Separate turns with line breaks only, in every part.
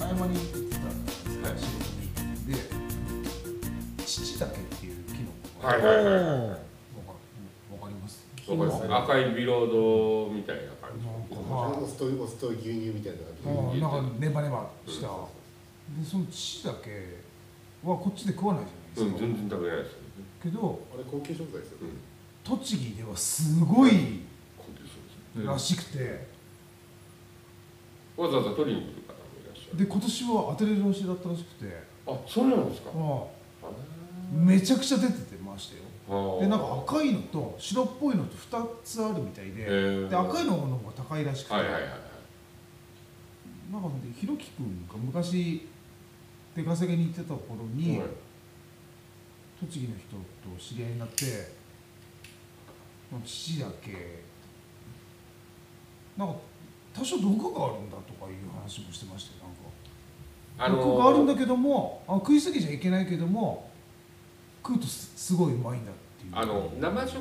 山に行ってたんですけど、仕事にで父だけっていうキノコ
はい
わか
はいはいはい
わかります
そうですね赤いビロードみたいな感じ
はい
お酢とお酢と牛乳みたいな
あ
感
ーなんかネバネバした、でその父だけはこっちで食わないじゃ
う
ないで
ん、
すか、
全然食べないですよ、
けど
じあれ高級食材ですよ
う
ね
ん、
栃木ではすごい
高級そうですね
らしくて、
わざわざ取りに来る方もいらっしゃる
で今年は当てれる年だったらしくて
あそうなんですか
あーめちゃくちゃ出ててましたよで
で
なんか赤いのと白っぽいのと2つあるみたいで、で赤いのの方が高いらしくて、
はいはいはいはい
なんかでひろきくんが昔出稼ぎに行ってた頃に、
はい
栃木の人と知り合いになってまあ父だけなんか多少毒があるんだとかいう話もしてましたよなんか、
あのー
毒があるんだけどもあ食い過ぎちゃいけないけども食うとすすごいうまいんだっていう
あの生食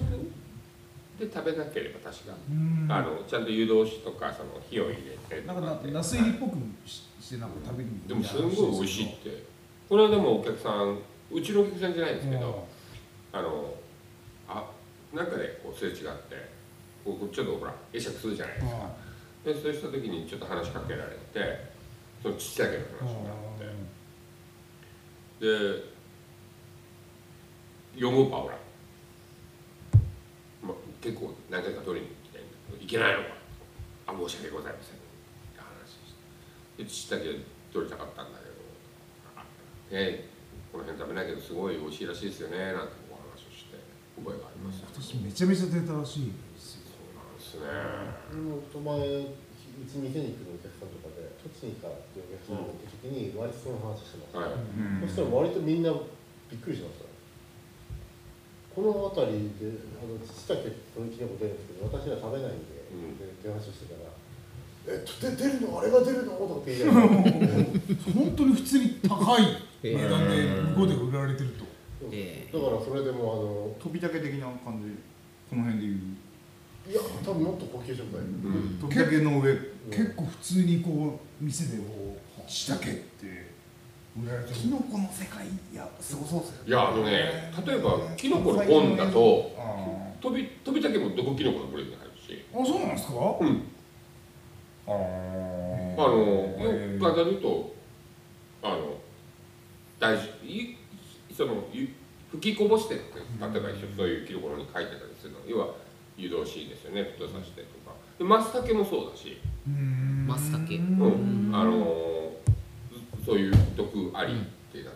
で食べなければ確か、
うん
あのちゃんと湯通しとかその火を入れて
な
と
んか
か
な
って
ナス入りっぽくししてなんか食べるみた
で
いな
もすんごい美味しいってこれはでもお客さんうちのお客さんじゃないんですけど、あのあなんかねこうすれ違ってこうちょっとほら会釈するじゃないですか、でそうした時にちょっと話しかけられてその父だけの話になってで「ヨンゴーパーほら、ま、結構何回か取りに行きたいんだけど行けないのか?」あ申し訳ございません」って話してで父だけ取りたかったんだけど「あねこの辺食べないけどすごい美味しいらしいですよね」なんてお話をして覚えがありますよ
今年めちゃめちゃ出たらしいですよ
そうなんですね
うん、と前うち店に来るお客さんとかで栃木からっていうお客さんが来た時に割とその話してました、
はい、
そしたら割とみんなびっくりしましたねこの辺りであの父だけそのキノコ出るんですけど私ら食べないんで、
うん
で電話してたら「えっとで出るのあれが出るの?」とかって言いながらでも
本当に普通に高い値段で
へー
向こうで売られてると
え
だからそれでも
飛びだけ的な感じこの辺でい
あ
う
のいや多分もっと高級食材、
うん
飛びだけの上
結構普通にこう店でこうしたけって売られてる
キノコの世界いやすごそうですよ
いやあのね例えばキノコの本だと
あー
飛び飛びたけも毒キノコのブレードに入るし、
あそうなんですか
うん、
あー
あの
え
よく
ー
語るとあの大事いそのゆ吹きこぼしてって例えば一緒そういうキノコの本に書いてたりするの要は湯通しですよね太さしてとかでマスタケもそうだし、
うーん
マスタケ
うん
うん
あのそういう毒ありってなったりとか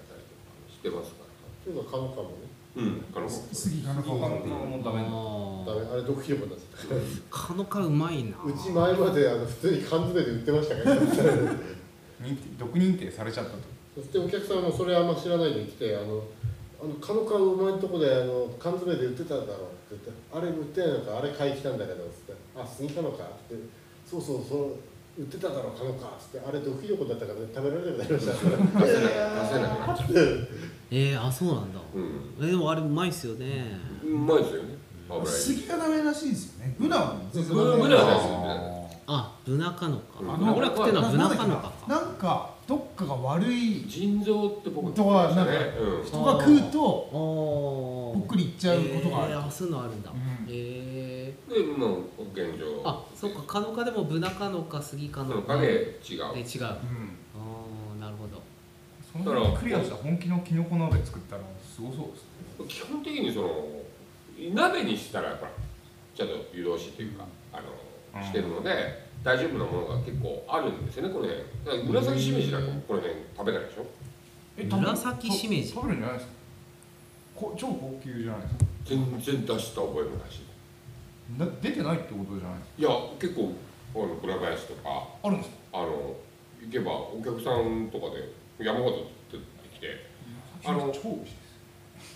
してますか
というかカノカもね
ら、うん、あの
杉かなかわかんない
も
あ
ダメな
ダメあ
ー
れ毒キノコになっちゃった
カノカうまいな
うち前まであの普通に缶詰で売ってましたから、
認定毒認定されちゃったと
そしてお客さんもそれあんま知らないで来て「あのあのカノカお前んとこであの缶詰で売ってたんだろ」って言って「あれ売ってないのかあれ買いに来たんだけど」っつって「あ杉カノカ」って「そうそうそう売ってただろカノカ」っつって「あれ毒キノコだったから、ね、食べられなくなりました」
出せない出せなくなっちゃう、
えー、あそうなんだ、
うん、
えでもあれうまいっすよね、
うまいですよね油揚げ
杉がダメらしいですよねブナは全然
ブナブナはね
あブナカノカ
うん
俺は食ってんのはブナ
んだ
カ
っけ
ノ
な
カか
なんかどっかが悪い
腎臓って僕
とはなんか
うん
人が食うと
お
ぽっくりいっちゃうことがある
え
と
ー、あそういうのあるんだ、
うん
え
でもう現状
ー、あそっかカノカでもブナカノカスギカ
そ
ノ
の
カ
影
で
違う
違うあ
うん
ーなるほど
その辺クリアした本気のキノコ鍋作ったらすごそうです
基
ね
本的にその鍋にしたらほらちょっと湯通しというかあ
う
の
ん
してるので大丈夫なものが結構あるんですよねこの辺だから紫しめじだとこの辺食べないでしょ
え多分
紫しめじ
食べるんじゃないですかこ超高級じゃないですか
全然出した覚えもないし
な出てないってことじゃないですか
いや結構あの倉林とか
あるんですか
あの行けばお客さんとかで山形って来てあの
超美味しい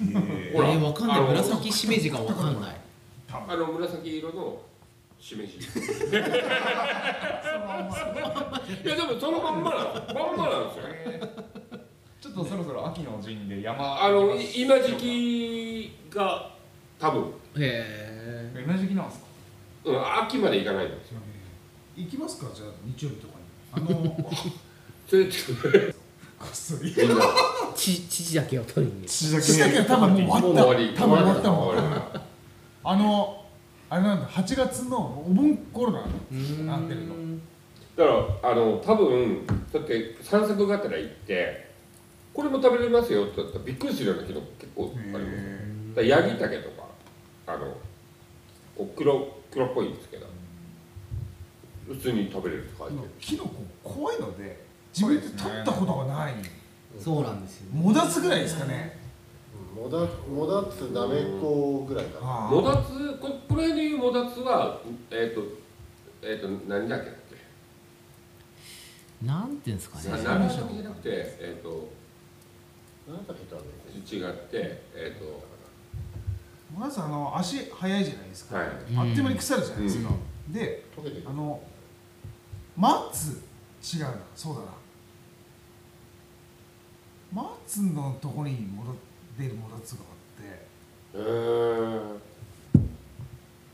え
ほら
ー、わかんな
あ
い
の
紫しめじがわかんない
あの紫色のしめじ。いやでもそのまんまなの、まんまなんですよ。
ちょっとそろそろ秋の陣で山
あのい今時期が多分、
へえ
今時期なんですか
うん、秋まで行かないんですよ。
行きますかじゃあ日曜日とかにあの
連れてってくれ
こっそり
みんな
ち父だけを取りに
父だ
父だけは多分もう
もう
終
終
わ
わ
っ
り
た多分終わったもん
終わり
あのあれなんだ8月のお盆頃なんだなってるの
だからあの多分だって散策がてら行ってこれも食べれますよって言ったらびっくりするような機能結構ありますよ
へ
だからヤギタケとかあのこう黒黒っぽいんですけど普通に食べれると書いてる
キノコ怖いので自分で取ったことがない
そうなんですよね
もだつぐらいですかね
モダモダってダメっ子ぐらいか
あ
な
もだつここの辺でいうもだつはえっ、とえっ、と何だっけだっけ
なんていうんですかね
あ長崎じゃなくてえっ、と
なんだっけダメ
違ってえっ、と
あまずあの足速いじゃないですか、
はい
あっという間に腐るじゃないですか、で
溶けてる
あの松違うなそうだな松のとこにもだ出るもだつがあって
うーん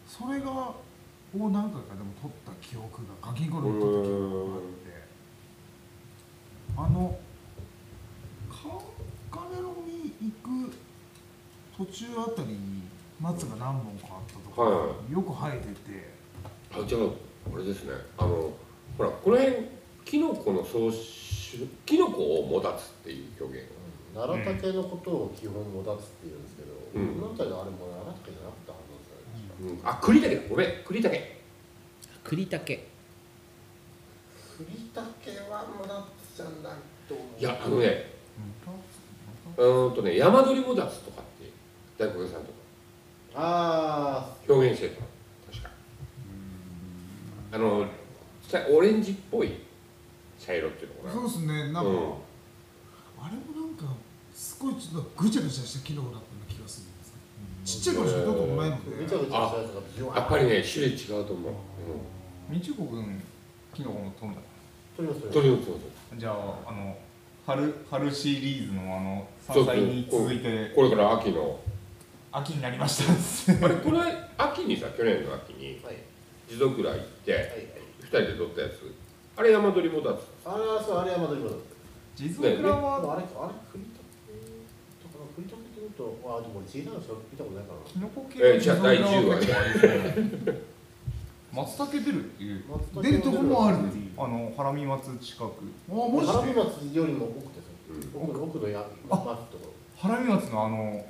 それがを何回かでも取った記憶がガキンコでも取った記憶があってあのカンカネロに行く途中あたりに松が何本かあったとか、
は
よく生えてて
あじゃああれですねあのほらこの辺キノコの総集キノコをもだつっていう表現
奈良竹のことを基本モダつって言うんですけど、
うん
この辺りのあれも奈良竹じゃなかったはずなんですよね
が、うん、あ栗だけだごめん栗だけ
栗竹
栗竹はモダつじゃないと思う
いやあのねうーんとね山鳥もだつとかって大黒屋さんとか
あ
表現してた確かあの茶オレンジっぽい茶色っていうのか
そうですねなんか、
うん
あれもなんかすごいちょっとぐちゃぐちゃした機能だったような気がするんですねちっちゃいかもしれないどこもないの
あ
で
ぐちゃぐちゃしたやつがビュ
な
ワ
やっぱ
ー
りね種類違うと思う、
みちこくんキノコの飛んだ
取ります
うん、
よ
鳥のそう
じゃああの春春シリーズのあの
そう
山菜に続いて
これから秋の
秋になりました
あれこれ秋にさ去年の秋に
はい
地蔵倉行って、
はいはい
二人で撮ったやつあれ山鳥もだつ
あれはそうあれはまだ今だ
地蔵蔵
あ
は
あれあれ栗竹とか栗竹って言うとあでも小さいのしか見たことないから
キノコ系
え
の
じゃあ第10話
松茸出るっていう
な松茸
出るとこもあるっていう
あのハラミ松近く
あもし
花火松よりも奥ですよ
うん
奥の奥のや
あ
松とか
ハラミ松のあの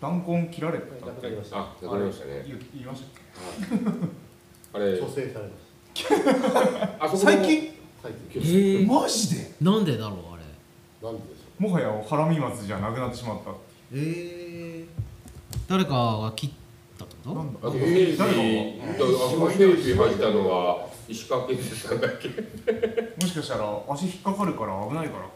弾痕切られた
なくなりました
あなくなりましたね
言う言いましたっけ
あれ
蘇生されまし
あそこの
最近
た最
え
近
え
マジで
なんでだろうあれ
なんででしょ
もはやハラミ松じゃなくなってしまった
ええ誰かが切ったってこ
な
と
んだ
あのセーフ
誰が
ィーだあのセーフィー入ったのは石川県さんだっけ
もしかしたら足引っかかるから危ないから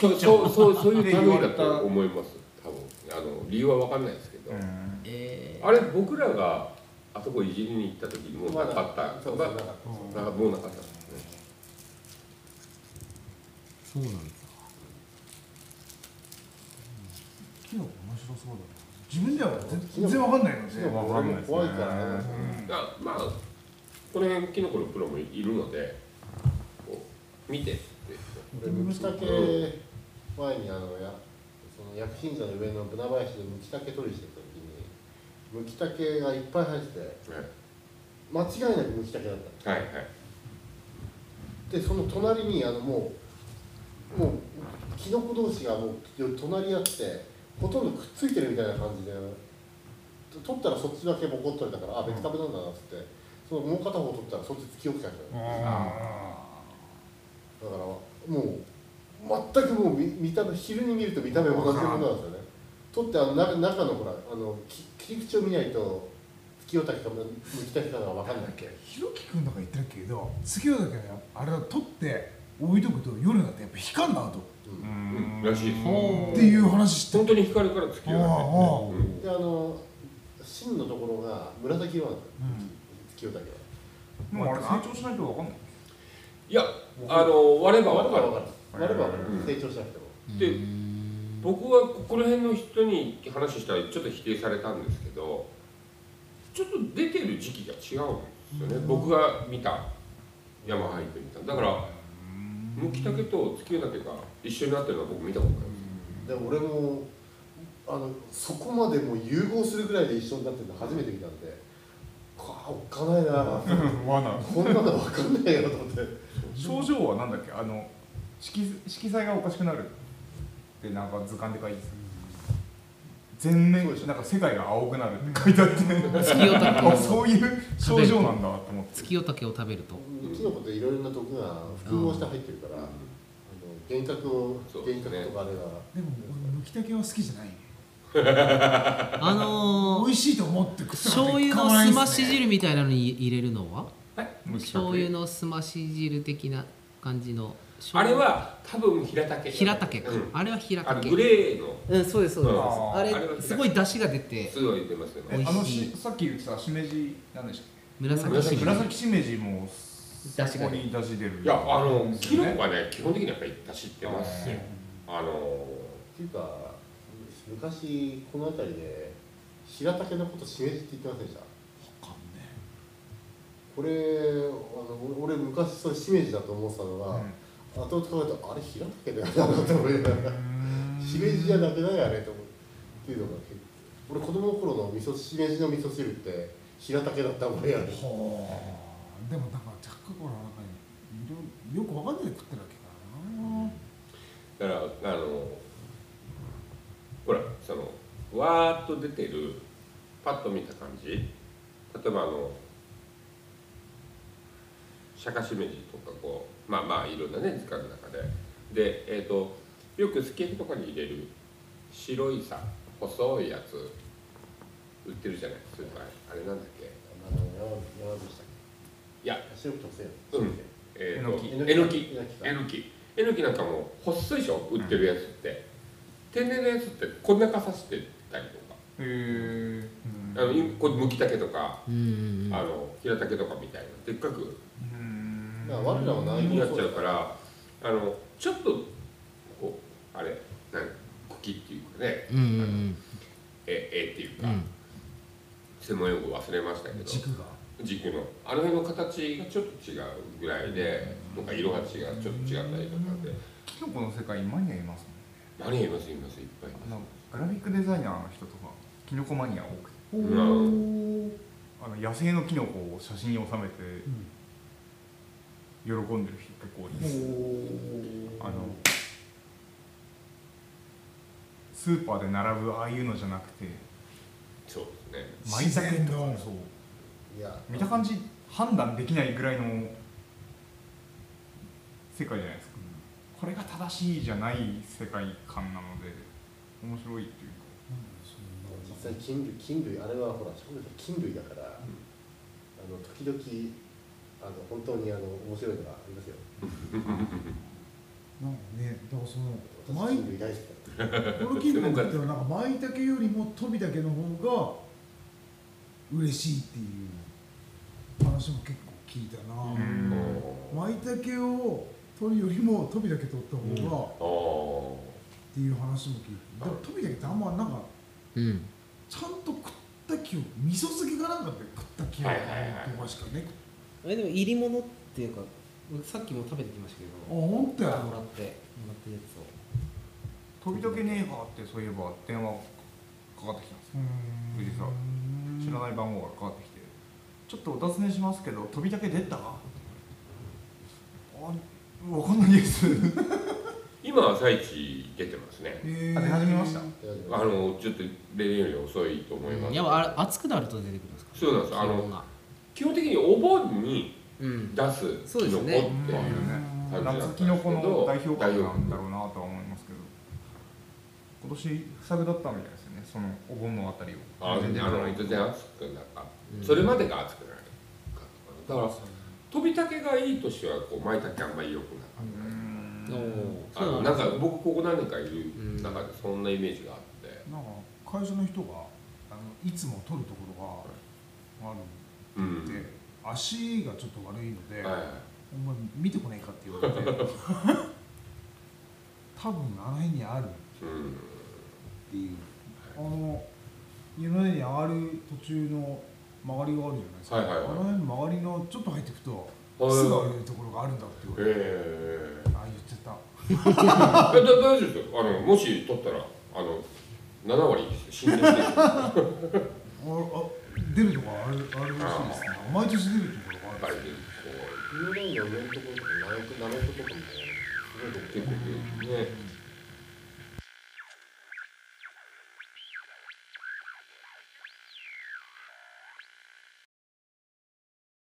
そうそうそうそういう類だと思います多分あの理由は分かんないですけど、
うん
え
あれ僕らがあそこいじりに行った時にもう
う
なかった、
そうそ
ま
うな
あ
かった
なんかもうなかったですね
そうなんですか
キノコ面白そうだな自分では全然わかんないの
キ
で
ノコ
わかんないですね
怖いからね
うん
だまあこの辺キノコのプロもいるのでこう見てって
俺ムチタケ前にあのやその薬品座の上のブナ林でムチタケ取りしてた時にムキタケがいっぱい生えてて間違いなくムキタケだった
はいはい
でその隣にあのもうもうキノコ同士がもう隣り合ってほとんどくっついてるみたいな感じで取ったらそっちだけボコッと取れたからあ別株なんだなっつって、そのもう片方取ったらそっち突き起きちゃっただか
あ
らもう全くもう見見た目昼に見ると見た目同じものなんですよね取ってあの中中のほらあのき切り口を見ないと突き落たきかむきたきかが分かんないっけ
ひろきくんなんか言ってるけど月夜だけはあれは取って置いとくと夜になってやっぱ光るなと
ー
う
うん
らしいです
ほう
っていう話して
本当に光から突き
ああああ
上げて
ん、であの芯のところが紫色なんですよ清武は。
でもあれ成長しないとわかんない
いやあの割れば分かる
割れば分かる。割れば分か
うん
る。成長しなくても。
で
うーん
僕はここら辺の人に話したらちょっと否定されたんですけどちょっと出てる時期が違うんですよね、僕が見た山入ってみただからムキタケと月夜竹が一緒になってるのは僕見たことない
で俺もあのそこまでもう融合するぐらいで一緒になってるの初めて見たんでこあおっかないな
罠
こんなの分かんないよと思って
症状はなんだっけあの色色彩がおかしくなるってなんか図鑑で書いてた全面
そうでしょ
なんか世界が青くなるって書いてあって
月夜竹
あ
を
そういう症状なんだと思って
月夜竹を食べると
キノコっていろいろな毒が複合して入ってるから、あの幻覚を
そう
幻覚とかあれは
でも俺むきたけは好きじゃないね
あの
美
ー、
味しいと思って食ったこと
醤油
一回もな
の
いっす
す
ね
まし汁みたいなのに入れるのは醤油
の
のすまし汁的な感じの
あれは多分平竹
平竹か、
うん
あれは平
あの
竹
グレーの
うんそうですそうで
う
す
ん
あ
あれは
れすごい出汁が出て
すごい出ますよね
美
あ
味
の
しい
しさっき言ってたしめじなんでしたっ
紫
け
しめ
紫しめじも
出汁
こ
が
こに出汁出る
いやあの
です
キ
よ
ノ
ね
コはね基本的にやっぱり出しってますよあの
っていうか昔この辺りで白竹のことしめじって言ってませんでした
わかんね
これあの俺俺昔それしめじだと思ってたのが、
うん
後々考えたらあれ白竹だよなと思いながらしめじじゃなくないあれと思うっていうのが結構俺子供の頃の味噌しめじの味噌汁って白竹だったもんや
はあでもなんかジャックコーラなんかいろよくわかんないで食ってるわけだな
だからあのほらそのわーっと出てるパッと見た感じ例えばあの釈迦しめじとかこうまあまあいろんなね図鑑の中ででえっ、とよくすき焼きとかに入れる白いさ細いやつ売ってるじゃないスーパーにあれなんだっけ
あの山山でしたっ
いや
け白くてもせ
う
え
んえーと
え
えのき
えのきか
えのきえのきなんかもう細いでしょ売ってるやつって、天然のやつってこんな傘してたりとか、
へえ
あのいこうむきたけとか、
うんうん
あの平たけとかみたいなでっかく
うん
だから我らは何
に
も
なっ
そう
ちゃ
だ
うからあのちょっとこうあれなん茎っていうかね
うんうんうん
ええっていう
う
か、
ん
専門用語忘れましたけど
軸が
軸のあの辺の形がちょっと違うぐらいでなんか色が違うちょっと違ったりとかで
キノコの世界マニアいますね
何言います言いますいっぱいい
あ
ま
のグラフィックデザイナーの人とかキノコマニア多くて
ほ
う
あの野生のキノコを写真に収めて
うん
喜んでる人結構いますあのスーパーで並ぶああいうのじゃなくて
すそうですね
マイタケ
自
と
然
か
の
そう
いや
見た感じ判断できないぐらいの世界じゃないですかこれが正しいじゃない世界観なので面白いっていうか
実際菌類菌類あれはほら植物は菌類だから、あの時々あの本当にあの面白いのがありますよ
なんかねだからその舞
私菌類大好きだった
このキングだったらなんか舞茸よりも飛び茸の方が嬉しいっていう話も結構聞いたな
うん
舞茸を取るよりも飛び茸取った方がっ
あー
ていう話も聞いただから飛び茸ってあんまなんか
うん
ちゃんと食った記憶味噌漬けかなんかで食った記憶とかしかね
えでも入り物っていうか僕さっきも食べてきましたけ
あ
ど
本当や
もらってもらったやつを
飛びどけねえかってそういえば電話かかってきたんです
うーん
藤井さ知らない番号がかかってきて「ちょっとお尋ねしますけど飛びだけ出た?」 あわかんないです」
今朝一出てますね
えー
あ出始めました
あのちょっと例年より遅いと思います、
やっぱあれ暑くなると出てくるんですか
そうなんですあ
気
の
温が
基本的にお盆に
うん
出す
そう
キノコ
です
って
ね
いう感じなんです
夏
け
キ
ど
ノコの代表
代
格な
表
んだろうなとは思いますけど今年不作だったみたいですよねそのお盆のあたりを
あ全然あの全然暑くなかった、それまでが暑くなかっただから飛びたけがいい年はこう舞茸あんまり良くなか
うーん
おー
った、あの
そ
な
うんです
か僕ここ何年かいる中でそんなイメージがあって、
なんか会社の人があのいつも取るところがある
う
って言っ
ん
て、足がちょっと悪いので、
は
お
い
前見てこないかって言われて 多分あの辺にあるっ
うん
ていうあの湯の上に上がる途中の曲がりがあるじゃないですか、
はいはいはい
あの辺の曲がりのちょっと入っていくと
はい
すぐ上げるところがあるんだって言われて、
え
あいい
っちゃった
だ大丈夫ですよあのもし取ったらあの7割死んでる
あ出るとかあるあるらしいですね毎年出るところがあ
あれ
る
でこう
上の上のところとか、ないところとかみたいな。すごいとこ
結構ね